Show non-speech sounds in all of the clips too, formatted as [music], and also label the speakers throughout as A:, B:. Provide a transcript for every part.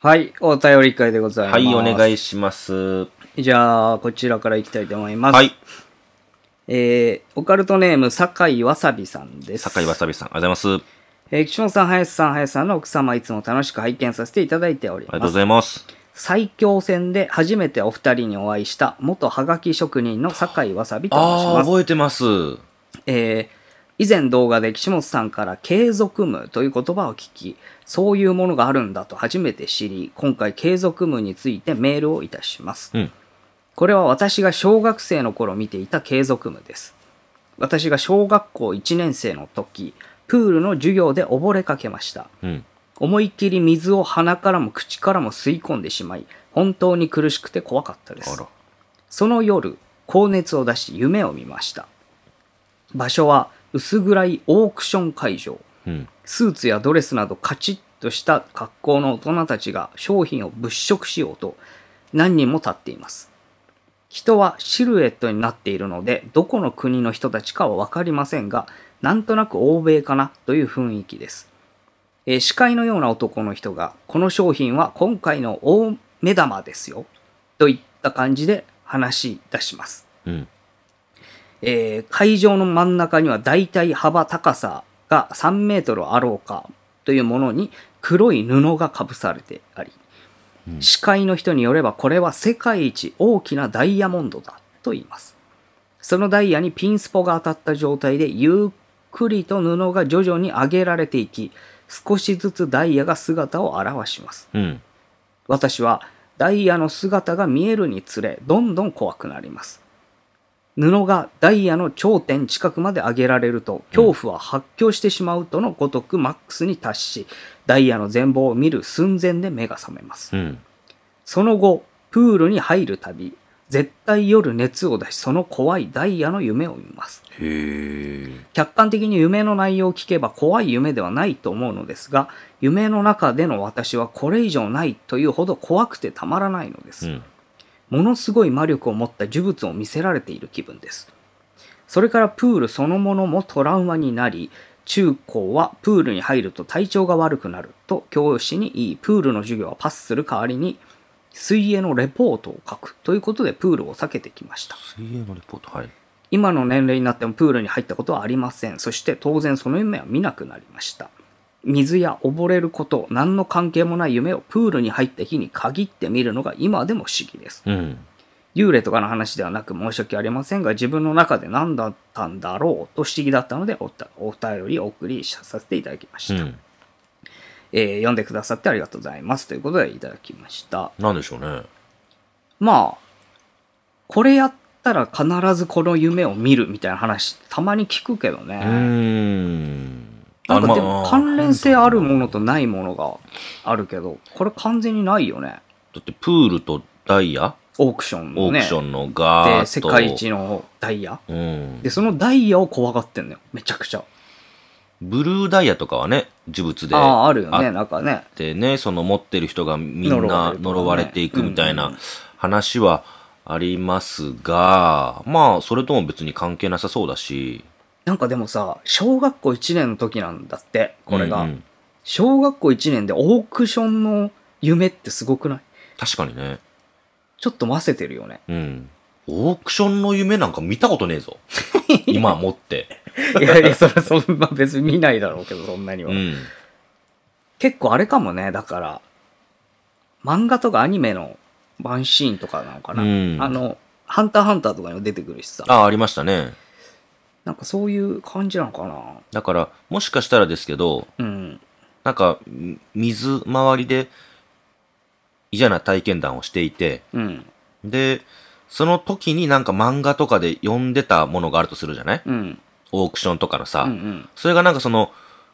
A: はい、お便り会でございま
B: は
A: す。
B: い、お願いします。
A: い。じゃあ、こちらからいきたいと思います。
B: はい。。
A: えー、オカルトネーム、酒井わさびさんです。
B: 酒井わさびさん、ありがとうございます。
A: えー、岸本さん、林さん、林さんの奥様、いつも楽しく拝見させていただいており
B: ありがと
A: ま
B: うご
A: す。
B: ざいます。
A: 最強戦で初めてお二人にお会いした、元はがき職人の酒井わさびと申し
B: ああ、
A: ます。
B: 覚えてます。
A: えー以前動画で岸本さんから継続無という言葉を聞き、そういうものがあるんだと初めて知り、今回継続無についてメールをいたします。
B: うん。
A: これは私が小学生の頃見ていた継続無です。私が小学校1年生の時、プールの授業で溺れかけました。
B: うん。
A: 思いっきり水を鼻からも口からも吸い込んでしまい、本当に苦しくて怖かったで
B: あ
A: す
B: ら。。
A: その夜、高熱を出し夢を見ました。場所は薄暗いオークション会場。
B: うん。
A: スーツやドレスなどカチッとした格好の大人たちが商品を物色しようと何人も立っています。人はシルエットになっているので、どこの国の人たちかはわかりませんが、なんとなく欧米かなという雰囲気です。えー司会のような男の人が、この商品は今回の大目玉ですよ、といった感じで話し出します。
B: うん。
A: えー会場の真ん中には大体幅高さが3メートルあろうかというものに黒い布がかぶされてあり、司会の人によればこれは世界一大きなダイヤモンドだと言いますそのダイヤにピンスポが当たった状態でゆっくりと布が徐々に上げられていき少しずつダイヤが姿を現します
B: うん。
A: 私はダイヤの姿が見えるにつれどんどん怖くなります布がダイヤの頂点近くまで上げられると恐怖は発狂してしまうとのごとくマックスに達しダイヤの全貌を見る寸前で目が覚めます
B: うん。
A: その後プールに入るたび絶対夜熱を出しその怖いダイヤの夢を見ます
B: へえ。
A: 客観的に夢の内容を聞けば怖い夢ではないと思うのですが夢の中での私はこれ以上ないというほど怖くてたまらないのです、
B: うん。
A: ものすごい魔力を持った呪物を見せられている気分ですそれからプールそのものもトラウマになり中高はプールに入ると体調が悪くなると教師にいいプールの授業はパスする代わりに水泳のレポートを書くということでプールを避けてきました
B: 水泳のレポート、はい。
A: 今の年齢になってもプールに入ったことはありませんそして当然その夢は見なくなりました水や溺れること何の関係もない夢をプールに入った日に限って見るのが今でも不思議です
B: うん。
A: 幽霊とかの話ではなく申し訳ありませんが自分の中で何だったんだろうと不思議だったのでおたお便りお送りさせていただきまし
B: う
A: た、
B: ん。
A: えー読んでくださってありがとうございますということでいただきました
B: なんでしょうね。
A: まあ、これやったら必ずこの夢を見るみたいな話、たまに聞くけどね。
B: うーん。
A: なんか
B: あ
A: で
B: ま
A: も
B: あ
A: 関連性あるものとないものがあるけど、これ完全にないよね。
B: だって、プールとダイヤ
A: オークション
B: オ
A: の
B: ー
A: ね。
B: クションのガ
A: で、
B: ー
A: 世
B: ッと。
A: 界一のダイヤ。
B: うん
A: で、。そのダイヤを怖がってんのよ。めちゃくちゃ。
B: ブルーダイヤとかはね、呪物で。
A: ああ、あるよ
B: あ
A: ね。なんかね。
B: ってね、その持ってる人がみん
A: 呪われ
B: な
A: るとかね
B: 呪われていくみたいな話はありますが、まあ、それとも別に関係なさそうだし、
A: なんかでもさ、小学校1年の時なんだって、これが。
B: うんうん
A: 小学校1年でオークションの夢ってすごくない
B: 確かにね、
A: ちょっと混ぜてるよね。
B: うん。オークションの夢なんか見たことねえぞ。今持って。
A: [laughs] いやい [laughs] や、それそんな別に見ないだろうけど、そんなには。
B: うん。
A: 結構あれかもね、だから、漫画とかアニメのワンシーンとかなのかな。
B: うん
A: あの、ハンターハンターとかにも出てくるしさ。
B: ああ、ありましたね。
A: なんかそういう感じなのかな。
B: だから、もしかしたらですけど、
A: うん。
B: なんか、み水周りで、嫌な体験談をしていて、
A: うん。
B: で、その時になんか漫画とかで読んでたものがあるとするじゃない
A: うん。
B: オークションとかのさ、
A: うんうん。
B: それがなんかその、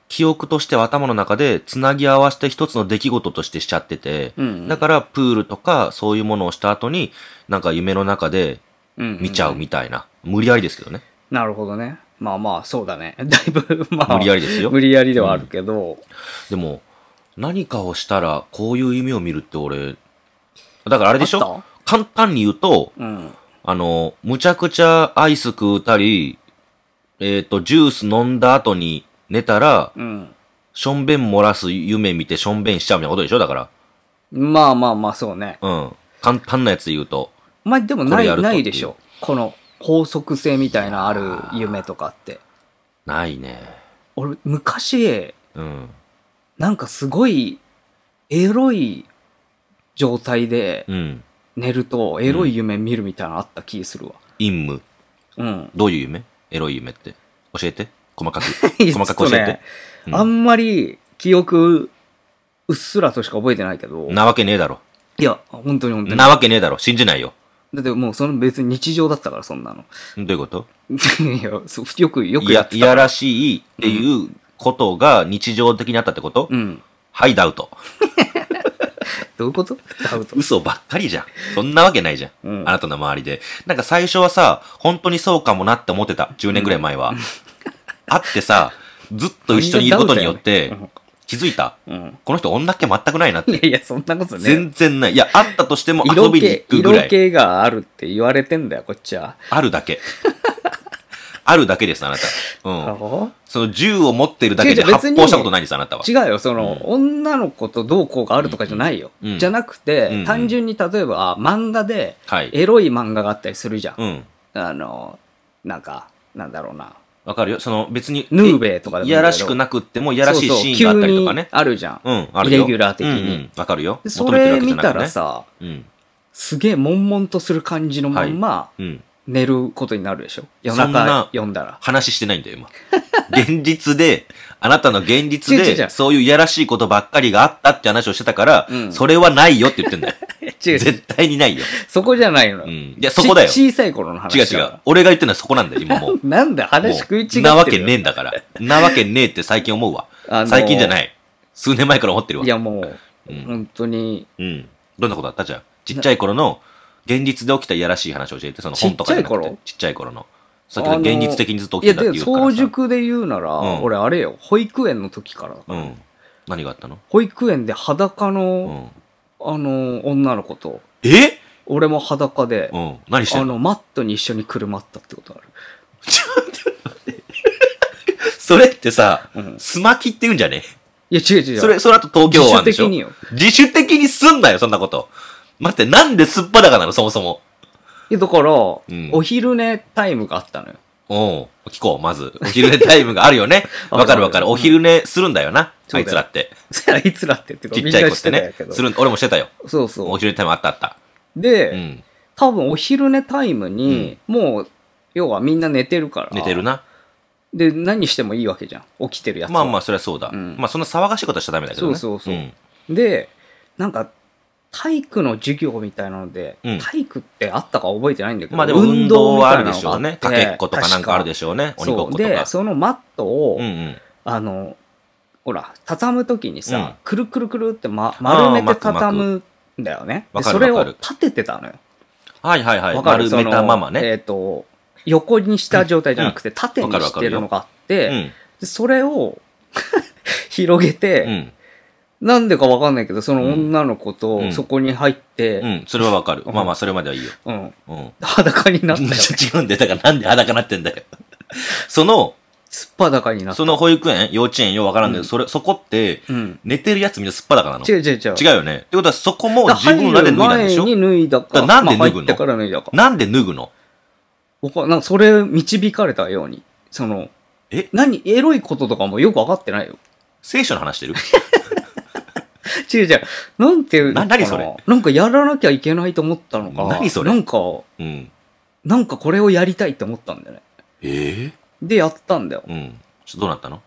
B: 記憶としては頭の中で繋ぎ合わせて一つの出来事としてしちゃってて、
A: うん
B: だからプールとかそういうものをした後に、なんか夢の中で
A: うん。
B: 見ちゃう
A: うん。
B: みたいな。無理やりですけどね。
A: なるほどね。まあまあ、そうだね。 [laughs] だいぶ、まあ。
B: 無理やりですよ
A: 無理やりではあるけど。
B: でも、何かをしたらこういう夢を見るって俺、だからあれでし
A: あっ
B: ょ簡単に言うと、
A: うん。
B: あの、むちゃくちゃアイス食うたり、えっ、と、ジュース飲んだ後に寝たら、
A: うん。
B: しょんべん漏らす夢見てしょんべんしちゃうみたいなことでしょだから。
A: まあまあまあ、そうね。
B: うん。簡単なやつで言うと。
A: まあでも
B: こ
A: な
B: れやる
A: い、
B: と
A: ないでしょ。この法則性みたいなある夢とかって。
B: ないね。
A: 俺、昔、
B: うん。
A: なんかすごい、エロい状態で
B: うん。
A: 寝ると、エロい夢見るみたいなのあった気するわ。
B: 陰夢。
A: うん。
B: どういう夢エロい夢って。教えて。細かく。
A: [laughs] いや
B: 細かく教
A: ちょっ
B: え
A: と
B: て
A: ね。
B: うん
A: あんまり記憶、うっすらとしか覚えてないけど。
B: なわけねえだろ。
A: いや、本当に本当に。
B: なわけねえだろ。信じないよ。
A: だってもうその別に日常だったから、そんなの。 [laughs]
B: どういうこと
A: いや、そうよく、よく
B: い
A: や
B: や
A: っ、て
B: い
A: た。
B: やらしいっていうことが日常的にあったってこと、
A: うん。
B: はい、ダウト。
A: どういうことダウト。
B: 嘘ばっかりじゃん。そんなわけないじゃん。
A: うん
B: あなたの周りで。なんか最初はさ、本当にそうかもなって思ってた。10年ぐらい前は。会ってさ、ずっと一緒にいることによって、
A: うん
B: 気づいた。
A: うん。
B: この人女っ気全くないなって。
A: いやいや、そんなことね。
B: 全然ない。いや、会ったとしても遊
A: 色
B: びに行
A: 気、
B: くぐら
A: 色
B: い。
A: 気があるって言われてんだよ、こっちは。
B: あるだけ。あるだけです、あなた。
A: あ
B: うん。
A: の
B: その銃を持ってるだけで
A: 違う違う別
B: 発
A: に
B: 砲したことないです、あなたは。
A: 違うよ、その、女の子とどうこうがあるとかじゃないよ。
B: うん
A: じゃなく
B: うん
A: て、単純に例えば、漫画で、
B: はい。
A: エロい漫画があったりするじゃん。
B: うん。
A: あの、なんか、なんだろうな。
B: わかるよ。その別に。
A: ヌーベイとかでも
B: い
A: いいけど
B: やらしくなくっても、いやらしいシーンがあったりとか
A: そうそう急
B: ね
A: に。あるじゃん。
B: うん、あるよ。
A: イレギュラー的に
B: うんうんわかるよ。
A: でそ
B: 求めてるわ
A: れ
B: けじゃ
A: 見
B: なく
A: た
B: ね
A: ら、さ、
B: うん。
A: すげえ悶々とする感じのまんま
B: うん。
A: 寝ることになるでしょ。夜
B: そんな
A: 中読んだら。
B: 話してないんだよ、今。 [laughs] 現実で、あなたの現実
A: 違う違う違
B: で、
A: う
B: そういういやらしいことばっかりがあったって話をしてたから、
A: うん
B: それはないよって言ってんだよ。
A: [laughs] 違う違う
B: 絶対にないよ。
A: そこじゃないのよ。
B: うん。いや、そこだよ。
A: ち
B: 違
A: 小さい頃の
B: う
A: 話
B: 違
A: だ
B: う。俺が言ってるのはそこなんだよ、今もう。も
A: う。なんだ、 [laughs] 話食い違ってる
B: うな
A: よ
B: わけねえんだから。なわけねえって最近思うわ
A: あの。ー
B: 最近じゃない。数年前から思ってるわ
A: い。やもう、
B: うん
A: 本当に、
B: うん。どんなことあったじゃあ。ちっちゃい頃の、現実で起きたいやらしい話を教えて、その本とかじゃなく
A: ちっちゃい
B: て
A: 頃。
B: ちっちゃい頃の。さ
A: あ
B: っきの
A: の
B: 現実的にずっと起きてたっていうか
A: いや、で
B: ら
A: も
B: さ
A: 早熟で言うなら、
B: うん
A: 俺あれよ、保育園の時からだか
B: う
A: ら、
B: ん。何があったの
A: 保育園で裸
B: う
A: の、
B: ん。
A: あの、女の子と、
B: え
A: 俺も裸で、
B: うん。何して
A: あ
B: んの
A: の、マットに一緒にくるまったってことある。
B: それってさ
A: う、ん
B: スマキって言うんじゃね
A: いや、違う違う。
B: それ、それあと東京湾でしょ
A: 自主的によ
B: 自主的にすんなよ、そんなこと。待って、なんですっぱだかなの、そもそも。
A: いやだから、
B: ん
A: お昼寝タイムがあったのよ。
B: おう聞こう、まず。お昼寝タイムがあるよ
A: [laughs]
B: ね。わかるわかる。お昼寝するんだよな。
A: そ
B: あ
A: うだよ
B: いつらって。
A: [laughs] あいつらってってか
B: ちっちゃい子って
A: みんな
B: ね
A: してたんやけ。ど
B: するん、俺もしてたよ。
A: そう
B: お
A: そう。
B: 昼寝タイムあったあった。
A: で、
B: うん。
A: 多分お昼寝タイムに、もう、要はみんな寝てるから。
B: 寝てるな。
A: で、何してもいいわけじゃん。起きてるやつは
B: まあまあ、それはそうだ。
A: うん
B: まあ、そんな騒がしいことはしちゃダメだけどね。
A: そうそうそうんで、なんか、体育の授業みたいなので、
B: うん
A: 体育ってあったか覚えてないんだけど、
B: まあでも運動はあるでしょう
A: 運動み
B: ね。
A: た
B: か
A: いなのがあって
B: けっことかなんかあるでしょうね。鬼ごっ
A: そ
B: こ
A: う。
B: と
A: で
B: か、。
A: そのマットを、
B: うんうん。
A: あの、ほら、畳むときにさ、
B: うん
A: くるくるくるって、ま、丸めて畳むんだよね。
B: わ
A: で
B: かる
A: それ
B: わ
A: を
B: かる
A: 立ててたのよ。
B: はいはいはい。
A: わかる
B: 丸めたまま
A: その
B: ね。
A: えっ、と、横にした状態じゃなくて、縦に
B: わかるわ
A: し
B: か
A: て
B: るよ
A: るのがあっ
B: う
A: て、
B: ん。
A: でそれを [laughs] 広げて、
B: うん。
A: なんでかわかんないけど、その女の子
B: う
A: と
B: ん
A: そこに入って、う
B: うんん。それはわかる。
A: うん
B: まあまあ、それまではいいよ。うん。
A: 裸にな
B: [laughs]
A: ったよ。
B: 違うんで、だからなんで裸になってんだよ。その、
A: すっぱだかになった。
B: その保育園、幼稚園、ようわからんけど、
A: うん
B: それ、そこって、
A: うん。
B: 寝てるやつみんなすっぱだからなの。
A: 違う違う違う。
B: 違うよね。ってことは、そこも
A: だ
B: 自分らで脱いだんで
A: 入
B: し
A: る
B: ょ
A: 前に脱いだか。
B: だからなんで
A: ま
B: 脱ぐの
A: あ入ってから脱いだか。
B: なんで脱ぐの
A: 僕は、なんかそれ導かれたように。その、
B: え
A: 何、エロいこととかもよく分かってないよ。
B: 聖書の話して
A: [laughs]
B: る
A: 違う違う。なんていうのか
B: な何それ
A: なんかやらなきゃいけないと思ったのか。
B: 何それ
A: なんか、
B: うん。
A: なんかこれをやりたいって思ったんだよね。
B: え
A: で、やったんだよ
B: え。うん。ちょっとどうなったの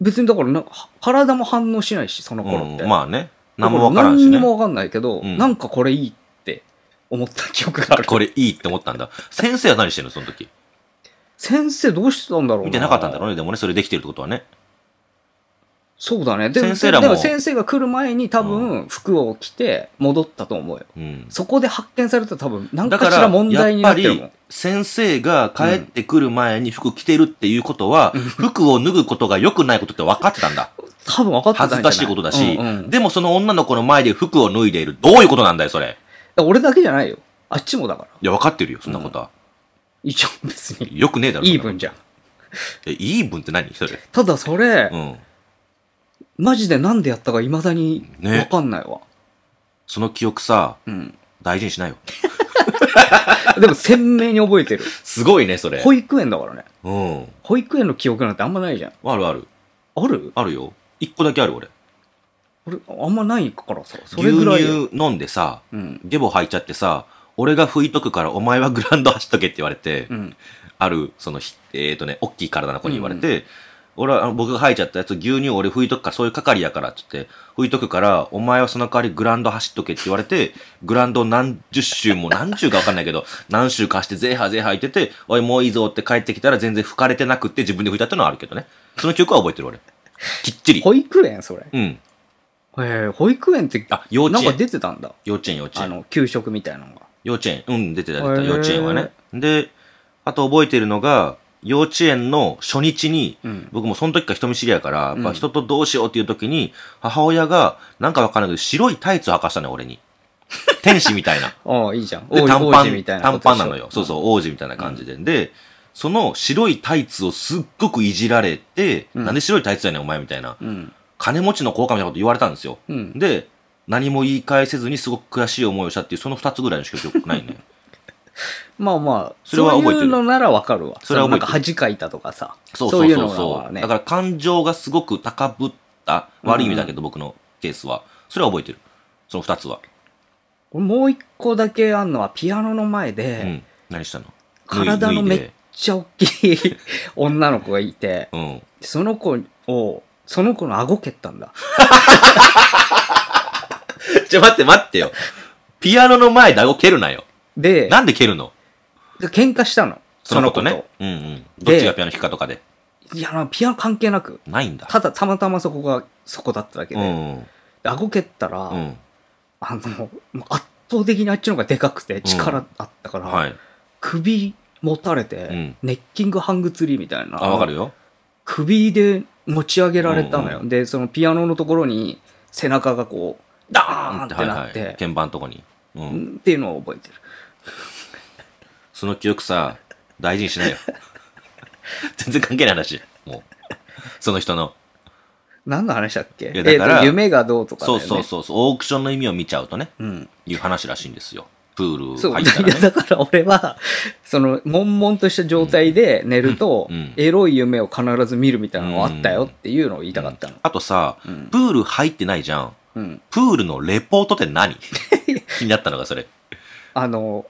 A: 別にだからな、は体も反応しないし、その頃って。
B: うんまあね。何もわからんし
A: 何
B: ね
A: に。もわかんないけど、
B: うん
A: なんかこれいいって思った記憶がある。
B: これいいって思ったんだ。先生は何してんのその時。
A: 先生どうしてたんだろう
B: 見てなかったんだろうね。でもね、それできてるってことはね。
A: そうだね。で
B: 先生らも
A: で先生が来る前に多分服を着て戻ったと思うよ。
B: うん。
A: そこで発見されたら多分何
B: だ
A: か
B: か
A: し
B: ら、
A: ら問題になってるも
B: や
A: ん
B: っぱ。り、先生が帰ってくる前に服着てるっていうことは、服を脱ぐことが良くないことって分かって
A: [laughs]
B: たんだ。
A: 多分分かってたん
B: 恥
A: じゃな
B: ずかしいことだし、
A: うんうん
B: でもその女の子の前で服を脱いでいる。どういうことなんだよ、それ。
A: 俺だけじゃないよ。あっちもだから。
B: いや、分かってるよ、そんなことは。
A: 一応別に。
B: よくねえだろ。
A: いい
B: そんな
A: 分じゃん。
B: え、いい分って
A: [laughs]
B: 何それ。
A: ただそれ、
B: うん。
A: マジでなんでやったか未だに
B: ね
A: 分かんないわ。
B: その記憶さ、
A: うん。
B: 大事にしないよ。
A: でも鮮明に覚えてる。
B: すごいね、それ。
A: 保育園だからね。
B: うん。
A: 保育園の記憶なんてあんまないじゃん。
B: あるある。
A: ある
B: あるよ。一個だけある、俺。
A: 俺、あんまないからさ。それぐらいよ。
B: 牛乳飲んでさ、
A: うん。
B: ゲボ吐いちゃってさ、俺が拭いとくからお前はグラウンド走っとけって言われて、
A: うん。
B: ある、その、ひえっ、とね、大きい体の子に言われて、俺は、あの僕が吐いちゃったやつ、牛乳俺拭いとくから、そういう係やから、つって、拭いとくから、お前はその代わりグラウンド走っとけって言われて、グラウンドを何十周
A: [laughs]
B: も、何十かわかんないけど、何周かして、ぜーはぜーは吐いてて、おい、もういいぞって帰ってきたら全然拭かれてなくって自分で拭いたってのはあるけどね。その記憶は覚えてる、俺。きっちり。
A: 保育園それ。
B: うん。
A: へえ、保育園って、
B: あ幼稚園
A: なんか出てたんだ。
B: 幼稚園、幼稚
A: あ
B: 園。
A: の、給食みたいなのが。
B: 幼稚園、うん、出てた、出てた、
A: へー
B: 幼稚園はね。で、あと覚えてるのが、幼稚園の初日に、
A: うん。
B: 僕もその時から人見知りやから、やっ
A: う
B: ぱ
A: ん
B: 人とどうしようっていう時に、母親が、なんかわかんないけど、白いタイツを履かしたのよ、俺
A: [laughs]
B: に。天使みたいな。
A: ああ、いいじゃん。
B: で、
A: 王子
B: 短
A: 王
B: パ
A: 子
B: ン、
A: みたいな
B: 短
A: ことで
B: パン
A: しょ。
B: なのよ。そうそう、王子みたいな感じで。で、その白いタイツをすっごくいじられて、
A: うん
B: なんで白いタイツやねん、お前みたいな。
A: うん。うん。
B: 金持ちの効果みたいなこと言われたんですよ。
A: うん。
B: で、何も言い返せずにすごく悔しい思いをしたっていう、その二つぐらいのしか記憶ないね。
A: まあまあ、
B: それは覚えてる
A: そういうのならわかるわ。
B: それは覚え
A: の
B: てる
A: なんか恥かいたとかさ。
B: そうそう
A: いう
B: そ
A: の
B: うそ
A: は
B: う、
A: ね
B: だから感情がすごく高ぶった、悪い意味だけど、僕のケースは。それは覚えてる。その二つは。
A: 俺もう一個だけあんのは、ピアノの前で、
B: うん。何したの
A: 体のめ
B: 脱い
A: っ
B: で
A: ちゃ大きい女の子がいて、
B: うん。 [laughs]
A: その子を、その子の顎蹴ったんだ。
B: ちょ、待って待ってよ。ピアノの前で顎蹴るなよ。
A: で、
B: なんで蹴るの
A: で喧嘩したの。
B: その
A: 子
B: こと
A: と
B: ね。うんうん。どっちがピアノ弾くかとかで。
A: いや、なピアノ関係なく。
B: ないんだ。
A: ただ、たまたまそこが、そこだっただけ
B: う
A: で。
B: ん。
A: で顎蹴ったら、
B: うん。
A: あの、もう圧倒的にあっちの方がでかくて、力あったから、
B: はい。
A: 首持たれて、
B: うん
A: ネッキングハング釣りみたいな。
B: あ、わかるよ。
A: 首で持ち上げられたのよ。
B: うんう
A: で、そのピアノのところに背中がこう、ダーンってなっ
B: はいは
A: て
B: い、鍵盤のとこに。うん。
A: っていうのを覚えてる。
B: その記憶さ、大事にし
A: [laughs]
B: ないよ。全然関係ない話。もう。その人の。
A: 何の話だっけ
B: いやだから
A: えーと夢がどうとかだ
B: そ
A: よ
B: う
A: ね。
B: そうそうそう、オークションの意味を見ちゃうとね、
A: うん。
B: いう話らしいんですよ。プー
A: そう、
B: ル
A: [laughs]
B: 入
A: い
B: ったら
A: や
B: ね。
A: だから俺は、その、悶々とした状態で寝ると、
B: うんうん
A: エロい夢を必ず見るみたいなのがあったよっていうのを言いたかったの。
B: あとさ、
A: うん
B: プール入ってないじゃん。
A: うん。
B: プールのレポートっ
A: [laughs]
B: て何気になったのがそれ。
A: あの、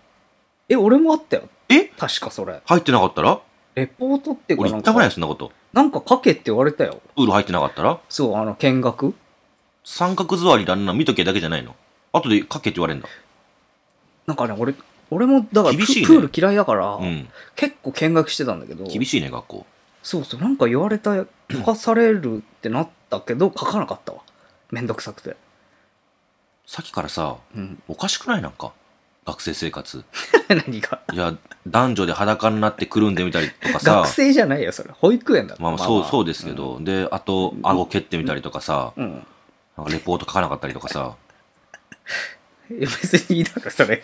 A: え、俺もあったよ。
B: え
A: 確かそれ。
B: 入ってなかったら
A: レポートっていうか
B: 俺
A: な
B: 言っ
A: ん
B: たもないよ
A: か、
B: そんなこと。
A: なんか書けって言われたよ。
B: プール入ってなかったら
A: そう、あの、見学
B: 三角座りだな、見とけだけじゃないの。後で書けって言われんだ。
A: なんかね、俺、俺も、だからプ、
B: 厳しいね
A: プール嫌いだから、
B: うん。
A: 結構見学してたんだけど、
B: 厳しいね、学校。
A: そうそう、なんか言われた、書かされるってなったけど、書かなかったわ。めんどくさくて。
B: さっきからさ、
A: うん。
B: おかしくないなんか。学生生活。
A: [laughs] 何が。
B: いや、男女で裸になってくるんでみたりとかさ
A: [laughs] 学。生じゃないよ、それ。保育園だ
B: まあまあ、そう、そうですけ。ど。で、あと、顎蹴ってみたりとかさ。
A: うん。うん
B: なんかレポート書かなかったりとかさ。
A: いや別にいいだろ、それ。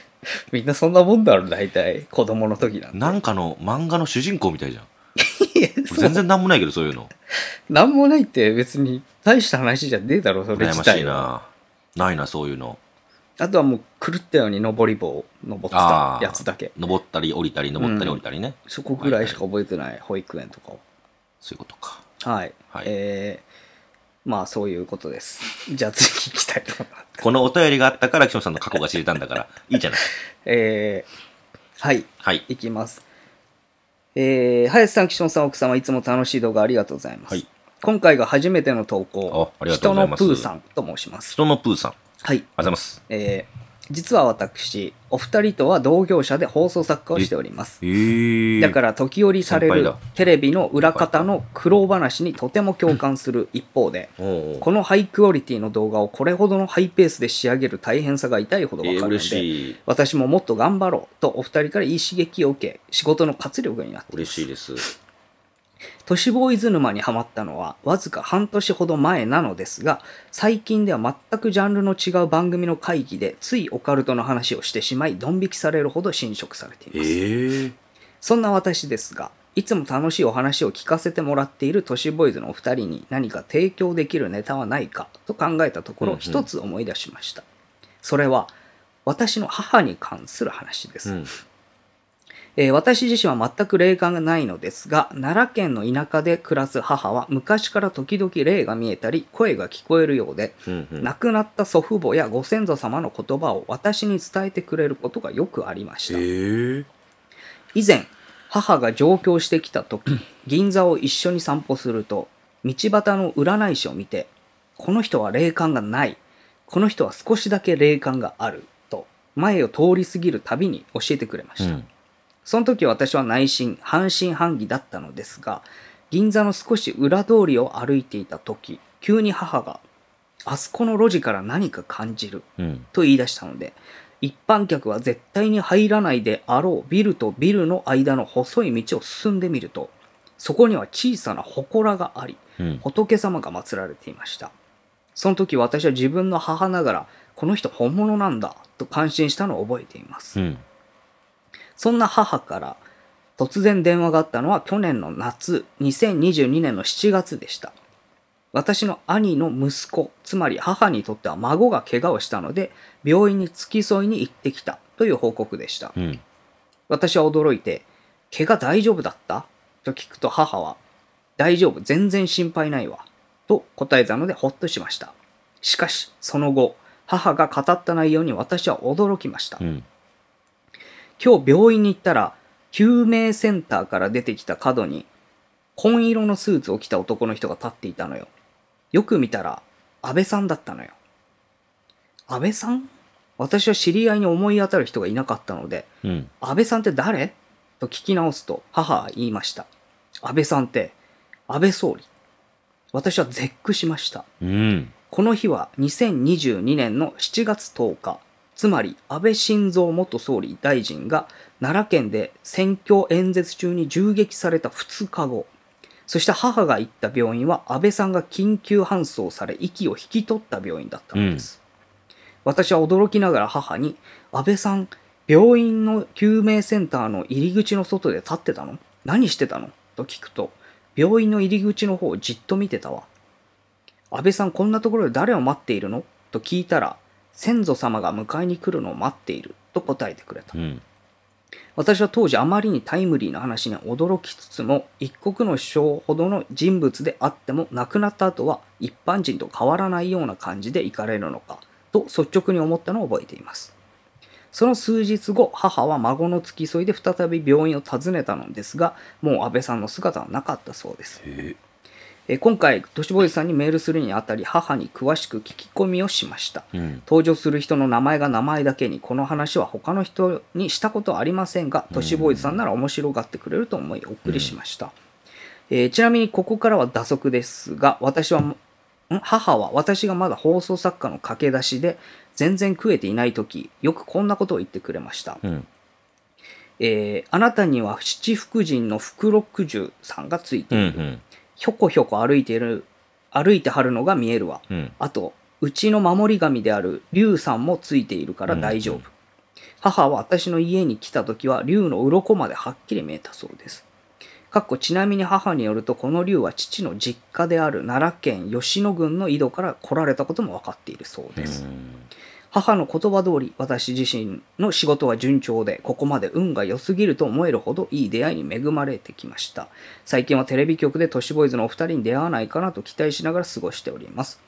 A: [laughs] みんなそんなもんだろ、大体。子供の時なんて。
B: なんかの漫画の主人公みたいじゃん。
A: いや [laughs]
B: 俺
A: そう
B: 全然なんもないけど、そういう [laughs] の。
A: なんもないって別に大した話じゃねえだろ、それ
B: 羨ま
A: 自
B: し
A: 体
B: い
A: は。
B: な。ないな、そういうの。
A: あとはもう狂ったように登り棒を登ってた
B: ああ。
A: やつだけ。。
B: 登ったり降りたり、登ったり降りたりね。
A: そこぐらいしか覚えてない、保育園とかを。
B: そういうことか。
A: はい。
B: はい
A: えー、まあそういうことです。 [laughs] じゃあ次行きたいと思います。
B: このお便りがあったから、岸本さんの過去が知れたんだから、 [laughs] いいじゃない。
A: えー、はい、
B: はい。
A: 行きます。えー、林さん、岸本さん、奥様、いつも楽しい動画ありがとうございます。
B: はい
A: 今回が初めての投稿
B: あありがとうございます
A: 人のプーさんと申します。
B: 人のプーさん。あり
A: はい。
B: がとうございます。
A: えー、実は私、お二人とは同業者で放送作家をしております。
B: えー。
A: だから時折され
B: 先輩
A: る
B: だ
A: テレビの裏方の苦労話にとても共感す
B: [laughs]
A: る一方で、
B: おうおう、
A: このハイクオリティの動画をこれほどのハイペースで仕上げる大変さが痛いほど
B: え
A: 分
B: ー、
A: かるの
B: 嬉
A: で、
B: しい。
A: 私ももっと頑張ろうとお二人からいい刺激を受け、仕事の活力になっていま
B: 嬉
A: す
B: しいです。
A: 都市ボーイズ沼にはまったのはわずか半年ほど前なのですが最近では全くジャンルの違う番組の会議でついオカルトの話をしてしまいドン引きされるほど侵食されて
B: え
A: います、
B: ー。
A: そんな私ですがいつも楽しいお話を聞かせてもらっている都市ボーイズのお二人に何か提供できるネタはないかと考えたとこ
B: うん
A: ろ
B: うん
A: 一つ思い出しました、それは私の母に関する話です、
B: うん。
A: えー私自身は全く霊感がないのですが、奈良県の田舎で暮らす母は昔から時々霊が見えたり、声が聞こえるようで、
B: うん。うん
A: 亡くなった祖父母やご先祖様の言葉を私に伝えてくれることがよくありまし
B: へ
A: た。
B: え。
A: 以前、母が上京してきた時、銀座を一緒に散歩すると、道端の占い師を見て、この人は霊感がない。この人は少しだけ霊感がある。と、前を通り過ぎるたびに教えてくれまし
B: う
A: た。
B: ん。
A: その時私は内心、半信半疑だったのですが、銀座の少し裏通りを歩いていた時、急に母が、あそこの路地から何か感じる
B: うん。
A: と言い出したので、一般客は絶対に入らないであろうビルとビルの間の細い道を進んでみると、そこには小さな祠があり、
B: うん。
A: 仏様が祀られていました。その時私は自分の母ながら、この人本物なんだと感心したのを覚えています。
B: うん。
A: そんな母から突然電話があったのは去年の夏、2022年の7月でした。私の兄の息子、つまり母にとっては孫が怪我をしたので、病院に付き添いに行ってきたという報告でした。
B: うん。
A: 私は驚いて、怪我大丈夫だったと聞くと母は、大丈夫、全然心配ないわ。と答えたのでほっとしました。しかし、その後、母が語った内容に私は驚きました
B: う。ん。
A: 今日病院に行ったら、救命センターから出てきた角に、紺色のスーツを着た男の人が立っていたのよ。よく見たら、安倍さんだったのよ。安倍さん私は知り合いに思い当たる人がいなかったので、
B: うん。
A: 安倍さんって誰と聞き直すと母は言いました。安倍さんって、安倍総理。私は絶句しました。
B: うん。
A: この日は2022年の7月10日、つまり安倍晋三元総理大臣が奈良県で選挙演説中に銃撃された2日後、そして母が行った病院は安倍さんが緊急搬送され息を引き取った病院だったのです。私は驚きながら母に、安倍さん、病院の救命センターの入り口の外で立ってたの何してたのと聞くと、病院の入り口の方をじっと見てたわ。安倍さんこんなところで誰を待っているのと聞いたら、先祖様が迎えに来るのを待っていると答えてくれた。
B: うん。
A: 私は当時あまりにタイムリーな話に驚きつつも、一国の首相ほどの人物であっても亡くなった後は一般人と変わらないような感じで行かれるのか、と率直に思ったのを覚えています。その数日後、母は孫の付き添いで再び病院を訪ねたのですが、もう安倍さんの姿はなかったそうです。
B: へ
A: えー今回、都市ボーイズさんにメールするにあたり、母に詳しく聞き込みをしました。
B: え。うん。
A: 登場する人の名前が名前だけに、この話は他の人にしたことはありませんが、都市ボーイズさんなら面白がってくれると思い、お送りしました。えーちなみに、ここからは打足ですが、私はも、ん母は私がまだ放送作家の駆け出しで、全然食えていない時、よくこんなことを言ってくれました。
B: うん。
A: えーあなたには七福神の福六十さんがついて
B: う
A: い
B: ん。
A: る。
B: うん。
A: ひょこひょこ歩いている、歩いてはるのが見えるわ。
B: うん。
A: あと、うちの守り神である龍さんもついているから大丈夫。
B: うん
A: 母は私の家に来た時は龍の鱗まではっきり見えたそうです。かっこちなみに母によるとこの龍は父の実家である奈良県吉野郡の井戸から来られたことも分かっているそうです。母の言葉通り私自身の仕事は順調でここまで運が良すぎると思えるほどいい出会いに恵まれてきました最近はテレビ局で都市ボーイズのお二人に出会わないかなと期待しながら過ごしております、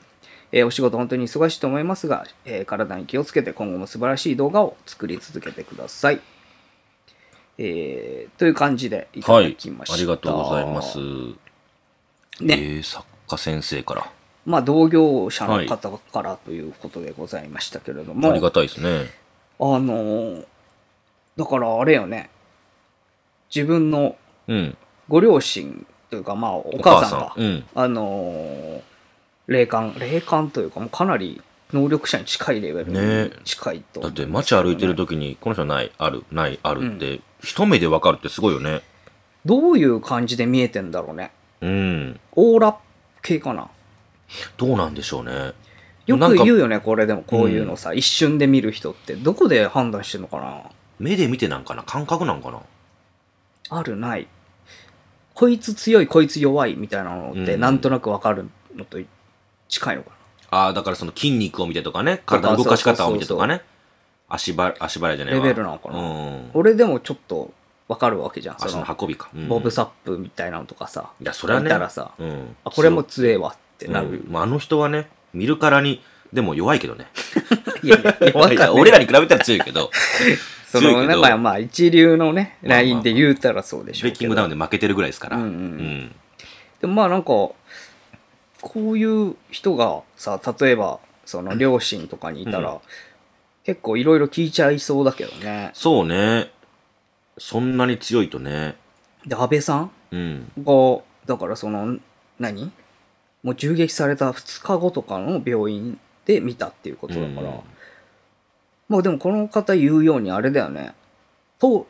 A: えーお仕事本当に忙しいと思いますが、えー体に気をつけて今後も素晴らしい動画を作り続けてくださいえーという感じでいた
B: は
A: だ
B: い
A: きま。した、
B: ありがとうございます。
A: ね
B: えー作家先生から。
A: まあ同業者の方からということでございましたけれども、
B: ありがたいですね。
A: あのーだからあれよね、自分の
B: うん。
A: ご両親というか、まあ、お母さんが、
B: うん。
A: あのー霊感、霊感というか、もうかなり能力者に近いレベル
B: ね
A: に近いと、
B: だって街歩いてる時に、この人ない、ある、ない、あるって、一目でわかるってすごいよね。
A: どういう感じで見えてんだろうね。
B: うん。
A: オーラ系かな。
B: どうなんでしょうね。
A: よ
B: な
A: く
B: んか
A: 言うよね、これでも、こういうのさ、一瞬で見る人って、どこで判断してんのかな
B: 目で見てなんかな感覚なんかな
A: あるないこいつ強いこいつ弱いみたいなのって
B: うん
A: なんとなくわかるのと近いのか
B: ああ、だからその筋肉を見てとかね、体の動かし方を見てとかね、足ば足払いじゃないわ
A: レベルなのかな
B: うん。
A: 俺でもちょっとわかるわけじゃんそ
B: 足
A: の
B: の運びか。うん
A: ボブサップみたいなのとかさ、
B: いや、それはね。
A: 見たらさ、
B: うん。
A: あこれも強えわってな
B: う
A: る
B: ん、まあ、あの人はね、見るからに、でも弱い
A: [laughs]
B: けどね。
A: いやいやわかん
B: い
A: ない
B: や俺らに比べたら強い
A: [laughs]
B: けど、
A: そ
B: 強い
A: の
B: け
A: ね
B: ど
A: まあまあ一流のね
B: まあまあま
A: ラ
B: あ
A: インで言うたらそうでしょ
B: ブレ
A: う
B: ッキ
A: け
B: ン
A: ど
B: グダウンで負けてるぐらいですから。
A: うんうんう
B: うん
A: でもまあなんかこういう人がさ例えばその両親とかにいたら、
B: う
A: 結構いろいろ聞いちゃいそうだけどね
B: そうね。そんなに強いとね。
A: で安倍さん
B: うん。
A: がだからその何もう銃撃された2日後とかの病院で見たっていうことだから、
B: うん
A: まあでもこの方言うようにあれだよねと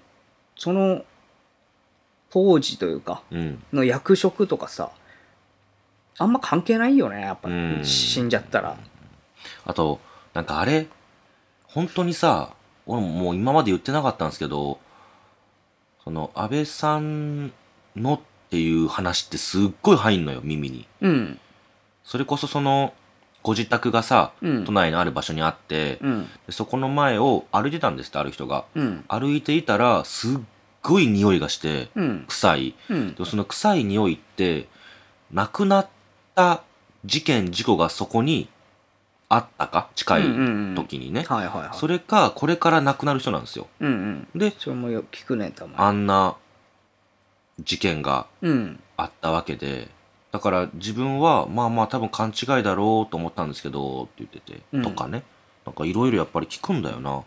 A: その当時というか
B: うん。
A: の役職とかさあんま関係ないよねやっぱ、
B: うん
A: 死んじゃったら
B: あと、なんかあれ、本当にさ、俺もう今まで言ってなかったんですけど、その、安倍さんのっていう話ってすっごい入んのよ、耳に。
A: うん
B: それこそその、ご自宅がさ、
A: うん
B: 都内のある場所にあって、
A: うん
B: でそこの前を歩いてたんですって、ある人が。
A: うん
B: 歩いていたら、すっごい匂いがして、
A: うん
B: 臭い。
A: うん
B: でその臭い匂いって、亡くなった事件、事故がそこにあったか近い
A: うんうんうん
B: 時にね。
A: はいはいはい
B: それか、これから亡くなる人なんですよ。
A: うんうん
B: で、
A: それもよ聞くねたま
B: あんな事件が
A: にうん
B: あったわけで、だから自分は、まあまあ多分勘違いだろうと思ったんですけど、って言ってて、
A: うん
B: とかね。なんかいろいろやっぱり聞くんだよな。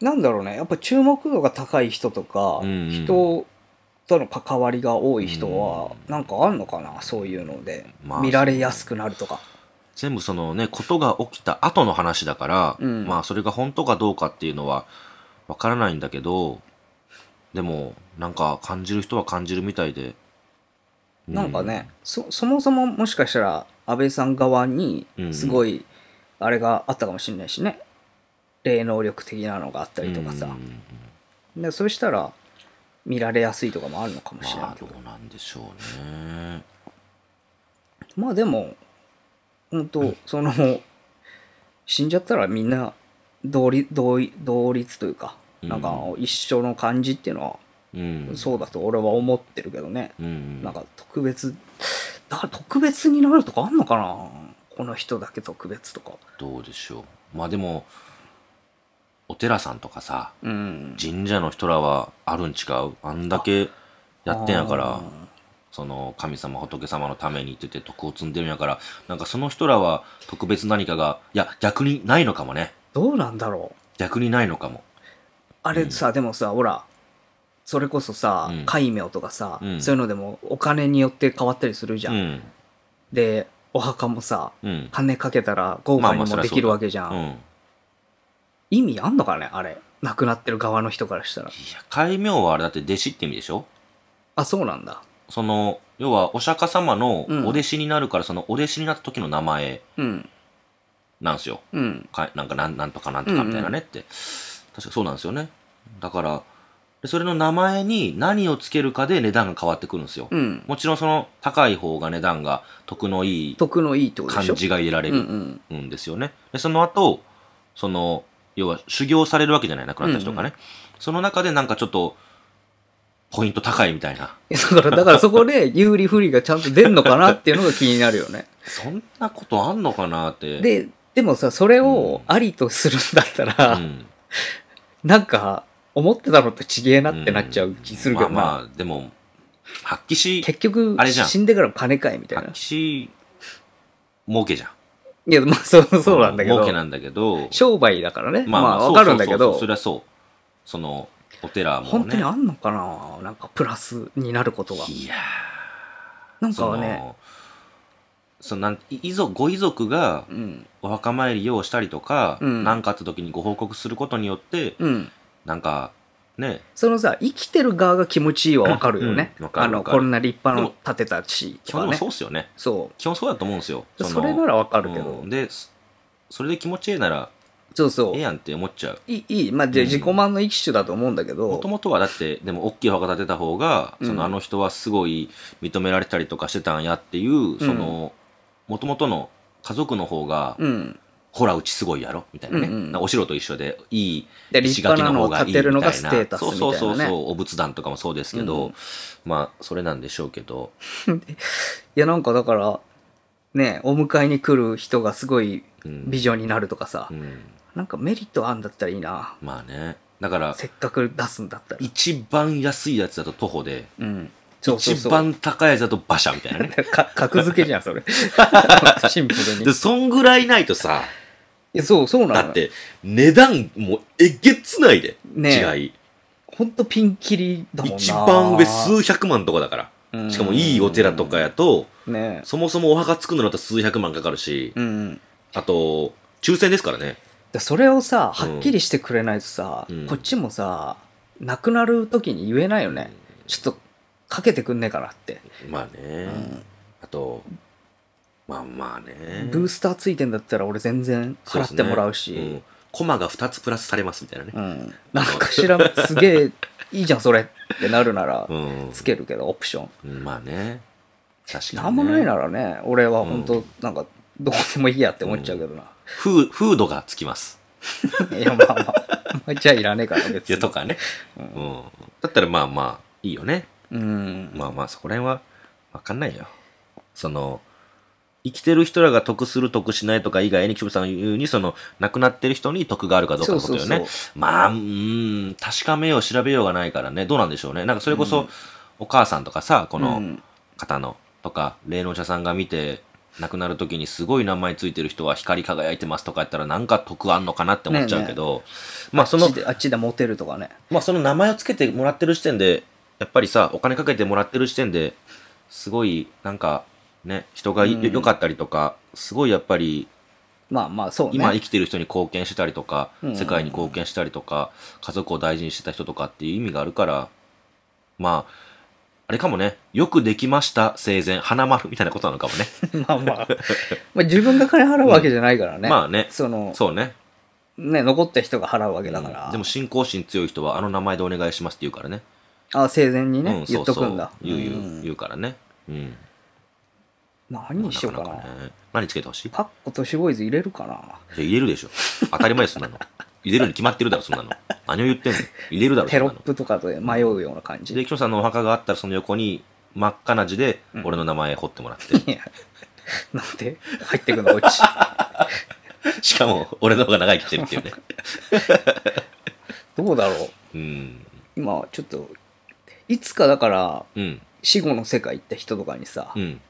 A: なんだろうねやっぱ注目度が高い人とか、
B: うんうん
A: 人との関わりが多い人は、
B: う
A: なんかあんのかなそういうので、
B: まあ
A: 見られやすくなるとか
B: 全部そのね、ことが起きた後の話だから、
A: うん
B: まあそれが本当かどうかっていうのはわからないんだけど、でもなんか感じる人は感じるみたいで。う
A: なんかね、そそもそももしかしたら安倍さん側に
B: うん
A: すごいあれがあったかもしれないしね、霊能力的なのがあったりとかさ
B: う、ん
A: でそうしたら見られやすいとかもあるのかもしれな
B: ま
A: い
B: あ
A: け
B: ど
A: ど、ま
B: うなんでしょうね。
A: あ、でも本当その死んじゃったらみんな同り同意同率というか
B: うん
A: なんか一緒の感じっていうの
B: うん。
A: はそうだと俺は思ってるけどね、
B: うんうん。
A: なんか特別だから特別になるとかあんのかなこの人だけ特別とか。
B: どうでしょう。まあでも、お寺さんとかさ、
A: うん、
B: 神社の人らはあるん違うあんだけやってんやから
A: あー。
B: その神様仏様のためにって言って徳を積んでるんやからなんかその人らは特別何かがいや逆にないのかもね
A: どうなんだろう
B: 逆にないのかも
A: あれさ、でもさほらそれこそさ
B: うん
A: 戒名とかさ、
B: うん
A: そういうのでもお金によって変わったりするじ
B: う
A: ゃん、
B: ん
A: でお墓もさ
B: うん
A: 金かけたら豪華に
B: まあまあそ
A: も
B: りゃ
A: できるわけじゃん、
B: うんいや
A: 意味あんのかねあれ亡くなってる側の人からしたら
B: 戒名はあれだって弟子って意味でしょ
A: あそうなんだ
B: その要はお釈迦様の
A: うん
B: お弟子になるから、そのお弟子になった時の名前
A: うん
B: なんですよ
A: うん
B: かなんかなんなんとかなんとかみたいなねって、確かそうなんですよねだからでそれの名前に何をつけるかで値段が変わってくるんですよ、
A: うん
B: もちろんその高い方が値段が得のいい
A: 得のいいってことで
B: 漢
A: しょ
B: 字が入れられ
A: うんう
B: る
A: ん
B: んですよね。で、その後、その、要は修行されるわけじゃない、亡くなった人がね。その中でなんかちょっと、ポイント高いみたいな。
A: いやだからだからそこで有利不利がちゃんと出んのかなっていうのが気になるよ
B: [laughs]
A: ね
B: そんなことあんのかなって。
A: ででもさそれをありとするんだったら、
B: うん、
A: なんか、思ってたのとちげえなってなっちゃう気するけどな、
B: まあまあ、でも、発揮し、
A: 結局
B: あれじゃん
A: 死んでからも金かいみたい
B: 発
A: な
B: 揮。し、儲けじゃん。
A: いや、まあ、そうそうなんだけど
B: 儲、けなんだけど、
A: 商売だからね、まあ、わかるんだけ
B: そうそうそうそ
A: ど
B: れ、はそう。その、お寺もね。
A: 本当にあんのかななんか、プラスになることが。
B: いや
A: なん
B: そ
A: か
B: の
A: ね、
B: そのなん遺族ご遺族が
A: うん、
B: お墓参りをしたりとか
A: うん
B: 何、かあった時にご報告することによって
A: うん。
B: なんかね
A: そのさ、生きてる側が気持ちいいはわかるよね。
B: うんわかる
A: あの、
B: わかる
A: こんな立派なの建てたし、
B: 基
A: と
B: 本
A: かね
B: でもそ。うっすよね
A: そ
B: 基本そうだと思うんですよ
A: う。
B: の
A: それならわかるけど
B: うん、ですそれで気持ちいいなら
A: そうそ
B: ええ
A: う。
B: やんって思っちゃう
A: いい、いいまあ、じゃあ
B: うん
A: 自己満の一種だと思うんだけど、
B: もともとはだってでも大きいお墓建てた方が、
A: うん
B: そのあの人はすごい認められたりとかしてたんやっていうそのもともとの家族の方が、
A: うん。
B: ほら、うちすごいやろみたいなね。
A: うんうん
B: なお城と一緒で、いい
A: で
B: 石垣の方がいいみた
A: 立派なのを建て
B: いな。
A: るのがステータスみたいなね
B: そうそうそうそう、お仏壇とかもそうですけど、まあ、それなんでしょうけど、
A: いや、なんかだから、ね、お迎えに来る人がすごい
B: うん
A: 美女になるとかさ、
B: うん、
A: なんかメリットあんだったらいいな。
B: まあね。だから、
A: せっかく出すんだったら。
B: 一番安いやつだと徒歩で、
A: うん。そうそう
B: 一
A: そう。
B: 番高いやつだと馬車みたいなね。 [laughs]
A: か格付けじゃん、それ。 [laughs] シンプルに
B: で、。そんぐらいないとさ、
A: いやそう、そうなのよ
B: だっ。て、値段もえげつないで、
A: ねえ
B: 違い。
A: ほんとピンキリだもんな。
B: 一番上数百万とかだから。しかもいいお寺とかやと、
A: ねえ。
B: そもそもお墓作るのだと数百万かかるし、
A: うん。
B: あと、抽選ですからね。
A: でそれをさ、
B: うん
A: はっきりしてくれないとさ、
B: うん
A: こっちもさ、亡くなる時に言えないよね。ちょっと、かけてくんねえからって。
B: まあね。あと、まあまあね。
A: ブースターついてんだったら俺全然
B: そう
A: 払
B: です
A: っ
B: ね
A: てもらうし。
B: んコマが2つプラスされますみたいなね
A: う。ん、なんか知らん、すげえ、いいじゃん、それってなるなら
B: う、ん。
A: つけるけど、オプション。
B: うんまあね。確かに、ね。
A: なんもないならね、俺は本
B: う
A: 当
B: ん
A: なんか、どうでもいいやって思っちゃうけどな。
B: フー。フードがつきます。
A: [laughs] いや、まあまあ、まあ、じゃあいらねえから、別
B: いや、
A: に。
B: とかね。うん。だったらまあまあ、いいよね。
A: うん。
B: まあまあ、そこら辺は、わかんないよ。その、生きてる人らが得する得しないとか以外に、キムさんが言うに、その、亡くなってる人に得があるかどうかのことよね。
A: そうそう
B: まあ、うーん、確かめよう、調べようがないからね、どうなんでしょうね。なんかそれこそ、お母さんとかさ、こ
A: う
B: の
A: ん
B: 方の、とか、霊能者さんが見て、亡くなる時にすごい名前ついてる人は光り輝いてますとかやったらなんか得あんのかなって思っちゃうけど、まあそ
A: あっ
B: の
A: ちで、あっちでモテるとかね。
B: まあその名前をつけてもらってる時点で、やっぱりさ、お金かけてもらってる時点で、すごい、なんか、ね、人がい
A: うん
B: よ良かったりとか、すごいやっぱり、
A: まあまあ、そうね。
B: 今生きてる人に貢献してたりとか、
A: うん
B: 世界に貢献したりとか、家族を大事にしてた人とかっていう意味があるから、まあ、あれかもね、よくできました、生前、花丸みたいなことなのかもね。
A: [laughs] まあまあ、まあ自分が金払うわけじゃないからね。
B: まあね
A: その、
B: そうね。
A: ね、残った人が払うわけだから。
B: うんでも信仰心強い人は、あの名前でお願いしますって言うからね。
A: あ、生前にね、
B: うん、
A: 言っとくんだ。
B: そうそう言う言う、
A: ん
B: 言うからね。うん。
A: 何にしようかな。
B: かね、何つけてほしいじゃ
A: パッコとシボーイズ入れるかな。
B: あ入れるでしょ。当たり前です、そんなの。入れるに決まってるだろ、そんなの。何を言ってんの入れるだろ、そ
A: テ
B: んな
A: ロ
B: の
A: ッ。プとかで迷うような感じ。
B: で、キョンさんのお墓があったら、その横に真っ赤な字で、俺の名前彫ってもらって。
A: いや [laughs] なんで入ってくの、こっち。
B: [laughs] しかも、俺の方が長生きしてるっていうね。
A: どうだろう。
B: うん。
A: 今、ちょっと、いつかだから、
B: うん。
A: 死後の世界行った人とかにさ、
B: うん。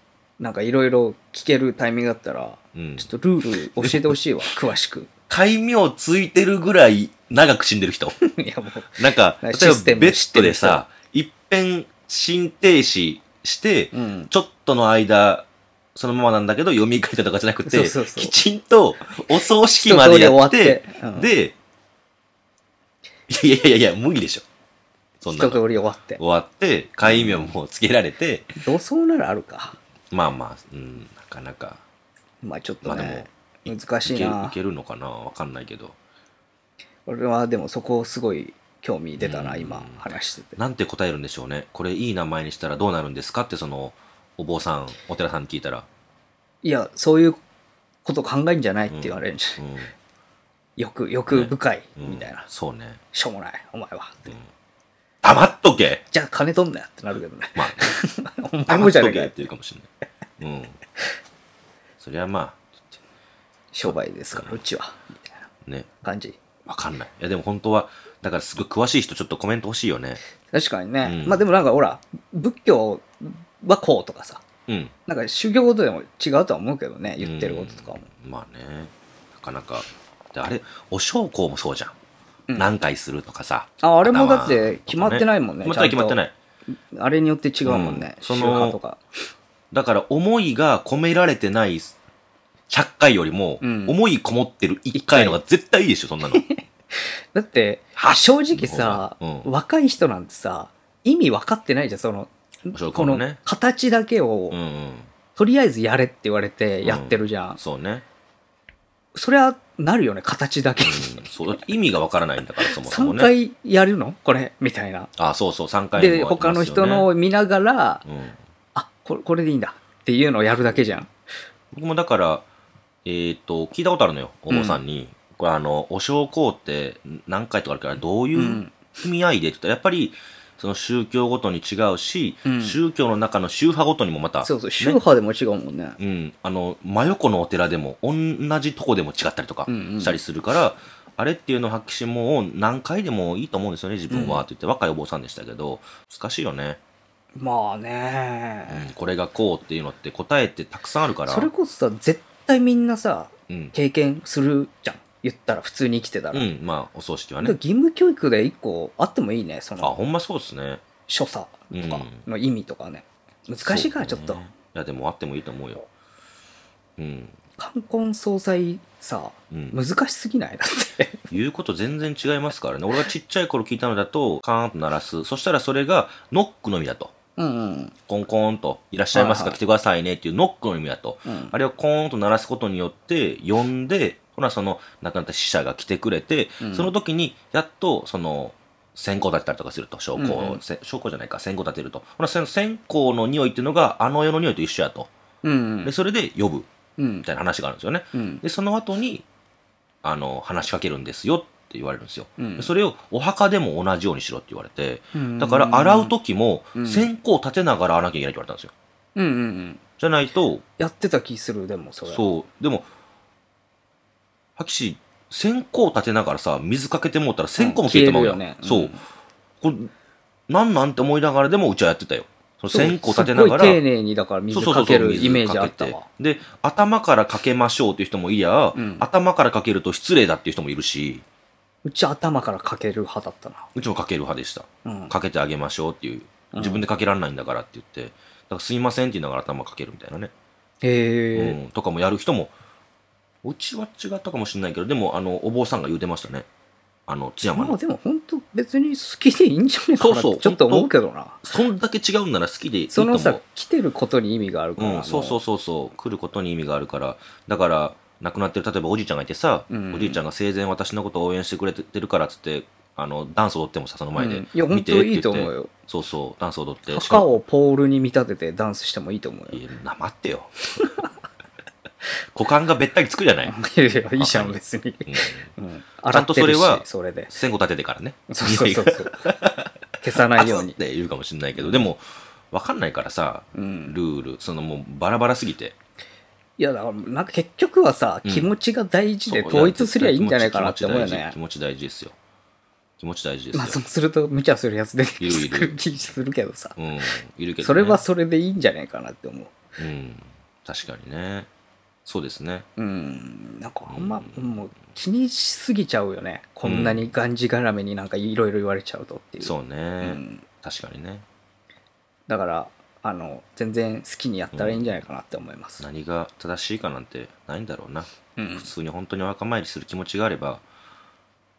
A: なんかいろいろ聞けるタイミングだったら、
B: うん
A: ちょっとルール教えてほしい
B: [laughs]
A: わ、詳しく。 [laughs]
B: 戒名ついてるぐらい長く死んでる人。
A: いや、もう、
B: なん [laughs] か、例えば
A: システム
B: ベッドでさ、一遍心停止して、
A: うん。
B: ちょっとの間、そのままなんだけど、読み書いたとかじゃなくて、
A: そうそうそう
B: きちんとお葬式までやって、
A: 一通り終わってうん
B: で、いやいやいやいや、無理でしょ。そんな
A: 一
B: の
A: 通
B: 終
A: り終わって。
B: わって、会名もつけられて、
A: 土葬ならあるか。
B: まあまあ、うん、なかなか、
A: まあちょっ
B: ま
A: と
B: あでも、
A: ね、難し
B: い
A: い
B: けるい
A: な。
B: けるのかなわかんないけど。
A: 俺はでもそこすごい興味出たな、
B: うん
A: 今話してて。
B: なんて答えるんでしょうね。これいい名前にしたらどうなるんですかって、その、お坊さん、お寺さんに聞いたら。
A: いや、そういうこと考えんじゃないって言われるんじゃ
B: う
A: ない
B: ん
A: [laughs] 欲、欲深い、
B: うん
A: みたいな。
B: そうね。
A: しょうもない、お前は。
B: うん黙っとけ
A: じゃあ金取んなよってなるけどね。
B: まあ、
A: [laughs]
B: ね、
A: お前もじゃねえか
B: 黙っとけっ
A: よ
B: て言うかもしれない。うん。そりゃま
A: 商売ですから、うちは。みたいな
B: あ、ね、
A: 感じ。
B: わかんない。いや、でも本当は、だからすごい詳しい人ちょっとコメント欲しいよね。
A: 確かにね、
B: うん
A: まあでもなんかほら仏教はこうとかさ
B: うん。
A: なんか修行とでも違うとは思うけどね言ってることとかも、
B: うんまあね、なかなか。であれ、お焼香もそうじゃん。何回するとかさ。
A: ああれも
B: 頭
A: だって決まってないもんね
B: 決まってない
A: ちゃ
B: 決
A: んと
B: まってない。
A: あれによって違うもんね、
B: うん
A: 宗
B: その
A: 派とか
B: だから思いが込められてない100回よりも、
A: うん
B: 思いこもってる1回のが絶対いいでしょ、
A: [laughs]
B: そんなの。
A: だって
B: はっ
A: 正直さ、
B: うん
A: 若い人なんてさ意味分かってないじゃんその
B: そう
A: こ
B: かも
A: の
B: ね
A: 形だけを、
B: うんうん。
A: とりあえずやれって言われてやってるじゃん、
B: そうね。
A: そりゃなるよね形だけに、
B: うんそう意味がわからないん
A: [laughs]
B: だから、そもそも
A: 3
B: ね。
A: 回やるのこれみたいな
B: あ、そうそう、3回
A: で
B: もやって
A: 他
B: ますよね
A: の人のを見ながら
B: うん
A: あこれこれでいいんだっていうのをやるだけじゃん
B: 僕もだから、えーっと、聞いたことあるのよ、お坊さんに。これあの、お焼香って何回とかあるから、どういう
A: うん
B: 意味合いでって言ったら、やっぱり、その宗教ごとに違うし、
A: うん
B: 宗教の中の宗派ごとにもまた、
A: そうそう、
B: ね
A: 宗派でも違うもんね。
B: うん、あの、真横のお寺でも、同じとこでも違ったりとか
A: うんうん
B: したりするから、あれっていうのを発揮しもう何回でもいいと思うんですよね、自分
A: う
B: は。
A: ん
B: って言って、若いお坊さんでしたけど、難しいよね。
A: まあ
B: う
A: ね
B: ん、これがこうっていうのって答えってたくさんあるから。
A: それこそさ、絶対みんなさ、
B: うん。
A: 経験するじゃん。言ったら、普通に生きてた
B: う
A: ら。
B: ん、まあ、お葬式は
A: だから
B: ね。
A: 義務教育で一個あってもいいね、そ
B: あ、
A: の、
B: ほんまそうですね。
A: 所作とかの意味とかね。難しいから、ちょ
B: そう
A: っ
B: ね
A: と。
B: いや、でもあってもいいと思うよ。うん。
A: 冠婚葬祭さ、
B: うん
A: 難しすぎないだって。 [laughs]
B: 言うこと全然違いますからね。俺がちっちゃい頃聞いたのだと、カーンと鳴らす。そしたらそれが、ノックのみだと。
A: うんうん。
B: コンコーンと、いらっしゃいます
A: はい
B: か、
A: はい
B: 来てくださいねっていうノックの意味だと。
A: うん
B: あれをコーンと鳴らすことによって、呼んで、ほら、その、亡くなった死者が来てくれて、
A: うん
B: その時に、やっと、その、線香立てたりとかすると、証拠を、
A: うんうん
B: せ証拠じゃないか、線香立てると。ほら、その線香の匂いっていうのが、あの世の匂いと一緒やと。
A: うん
B: で、それで呼ぶ、
A: うん。うん
B: みたいな話があるんですよね。
A: うん。
B: で、その後に、あの、話しかけるんですよって言われるんですよ。
A: うん
B: でそれを、お墓でも同じようにしろって言われて、
A: うん
B: だから、洗う時も
A: う、ん
B: 線香立てながら洗わなきゃいけないって言われたんですよ。
A: うんうんうん。
B: じゃないと、
A: やってた気する、でも、それ。
B: そう。でも、ハキシ、線香立てながらさ、水かけてもうたら線香も消えてまうやん。
A: 消えるよね。
B: そううんこれ、なんなんて思いながらでもうちはやってたよ。その線香立てながら。
A: すっごい丁寧にだから水かけるイメージあった
B: 水か
A: わ
B: けてで、頭からかけましょうっていう人もいりゃ、
A: うん
B: 頭からかけると失礼だっていう人もいるし、
A: うち頭からかける派だった
B: うちもかける派でした。
A: なうん
B: かけてあげましょうっていう。
A: うん
B: 自分でかけられないんだからって言って、だからすいませんって言いながら頭かけるみたいなね。
A: へえ
B: うん、とかもやる人も、うちは違ったかもしれないけど、でも、あの、お坊さんが言うてましたね。あの、津
A: ま
B: 山
A: あ
B: の。
A: でも本当別に好きでいいんじゃねえかなっ
B: そうそ
A: て
B: う
A: ちょっと思うけどな
B: そんだけ違うんなら好きでいいと
A: そ
B: 思
A: の
B: う。
A: さ来てることに意味があるか
B: う
A: ら
B: ん、そうそうそうそう。来ることに意味があるから。だから、亡くなってる、例えばおじいちゃんがいてさ、
A: うん
B: おじいちゃんが生前私のことを応援してくれてるからっつって、あの、ダンス踊ってもさ、その前で。
A: うんいや本当いいと思う
B: 見てって言って。
A: よ
B: そうそう、ダンス踊って。
A: 墓をポールに見立ててダンスしてもいいと思うよ
B: いや、な、待ってよ。 [laughs] 股間がべったりつくじゃない。
A: いやいやいいじゃん別に
B: うん
A: うん
B: ちゃ
A: 洗
B: ん
A: って
B: と
A: るし
B: それは
A: それで
B: 線香立ててからね。
A: そうそうそうそう消さないよう
B: あ
A: に
B: そうって言うかもしれないけど、でも、わかんないからさ、
A: う
B: ル
A: ん
B: ール、そのもうバラバラすぎて。
A: いやだからなんか結局はさ
B: うん
A: 気持ちが大事で統一すりゃいいんじゃないかなって思うよね
B: 気持ち大事気持ち大事ですよ。気持ち大事ですよ。
A: まあそうすると無茶するやつ出て
B: いるい
A: くる
B: る
A: 気するけどさ
B: うん、いるけど、ね。
A: [laughs] それはそれでいいんじゃないかなって思う
B: うん、確かにね。そうですね。
A: うんなんかあんま
B: うん
A: もう気にしすぎちゃうよねこんなにがんじがらめになんかいろいろ言われちゃうとっていう
B: そうね。
A: うん
B: 確かにね。
A: だからあの全然好きにやったらいいんじゃないかなって思います
B: 何が正しいかなんてないんだろうな。
A: うん
B: 普通に本当にお墓参りする気持ちがあれば、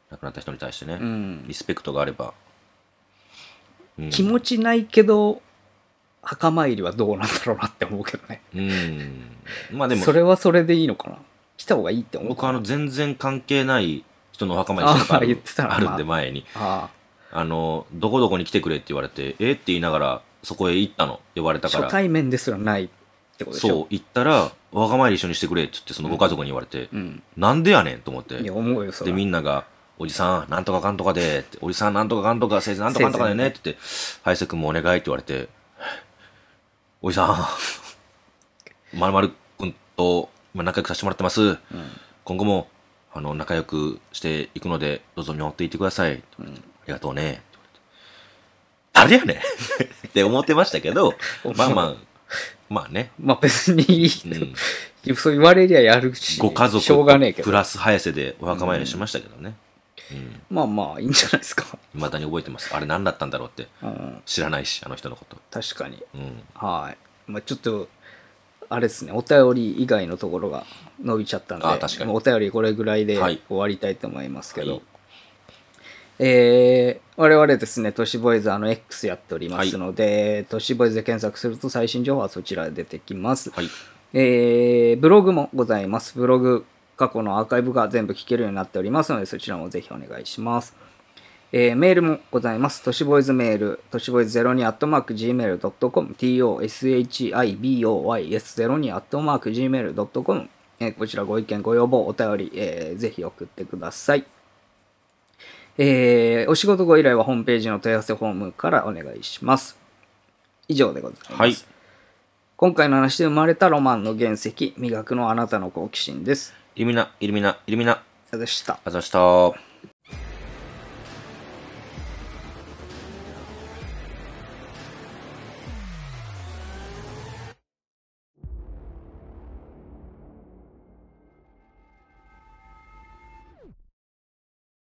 B: 亡くなった人に対してね、
A: うん
B: リスペクトがあれば。うん
A: 気持ちないけど墓参りはどうなんだろうなって思うけどね
B: うん。まあでも
A: そ、れはそれでいいのかな来た方がいいって思う
B: 僕
A: か
B: あ
A: な
B: の全然関係ない人のお墓参りしたことあ
A: あ言っ
B: る
A: てたな
B: あるんで
A: ま
B: 前に
A: あ
B: あのどこどこに来てくれって言われてえって言いながらそこへ行ったの呼ばれ
A: あ
B: たか
A: 初
B: ら
A: 対面ですらないってことでしょ
B: そう行ったらお墓参り一緒にしてくれって言ってそのご家族に言われて、
A: うん、
B: なんでやねんと思って
A: いや思うよそれ
B: でみんながおじさんなんとかかんとかでっておじさんなんとかかんとか先生なんとかかんとかでねって言って林瀬君もお願いって言われておじさんまるまる君と今仲良くさせてもらってます今後もあの仲良くしていくのでどうぞ見守っていってください、ありがとうね誰やねん [laughs] って思ってましたけ
A: [laughs]
B: どまあまあまあね、
A: まあ別にいいけ
B: う
A: ど
B: ん、
A: [laughs] そう言われりゃやるし
B: ご家
A: しょうがねえ
B: 族
A: け
B: プ
A: ど
B: ラス早瀬でお墓参りしましたけどね、うん
A: まあまあいいんじゃないですか、
B: 未だに覚えてますあれ何だったんだろうって
A: うん、
B: 知らないしあの人のこと、
A: 確かに
B: うん、
A: はい、まあ、ちょっとあれですねお便り以外のところが伸びちゃったんで
B: あ確かに
A: もうお便りこれぐらいで
B: はい
A: 終わりたいと思いますけど、
B: はい
A: えー我々ですね、都市ボーイズあの X やっておりますので、都市ボーイズで検索すると最新情報はそちらで出てきます。
B: はい
A: えーブログもございます。ブログ、過去のアーカイブが全部聞けるようになっておりますので、そちらもぜひお願いします。えーメールもございます。都市ボーイズメール、都市ボーイズ02アットマーク Gmail.com、toshiboys02 アットマーク Gmail.com えーこちらご意見、ご要望、お便り、えーぜひ送ってください。えーお仕事ご依頼はホームページの問い合わせフォームからお願いします。以上でございます。
B: はい
A: 今回の話で生まれたロマンの原石、磨くのあなたの好奇心です。
B: イルミナ、イルミナ、イルミナ、
A: でした。
B: あざした。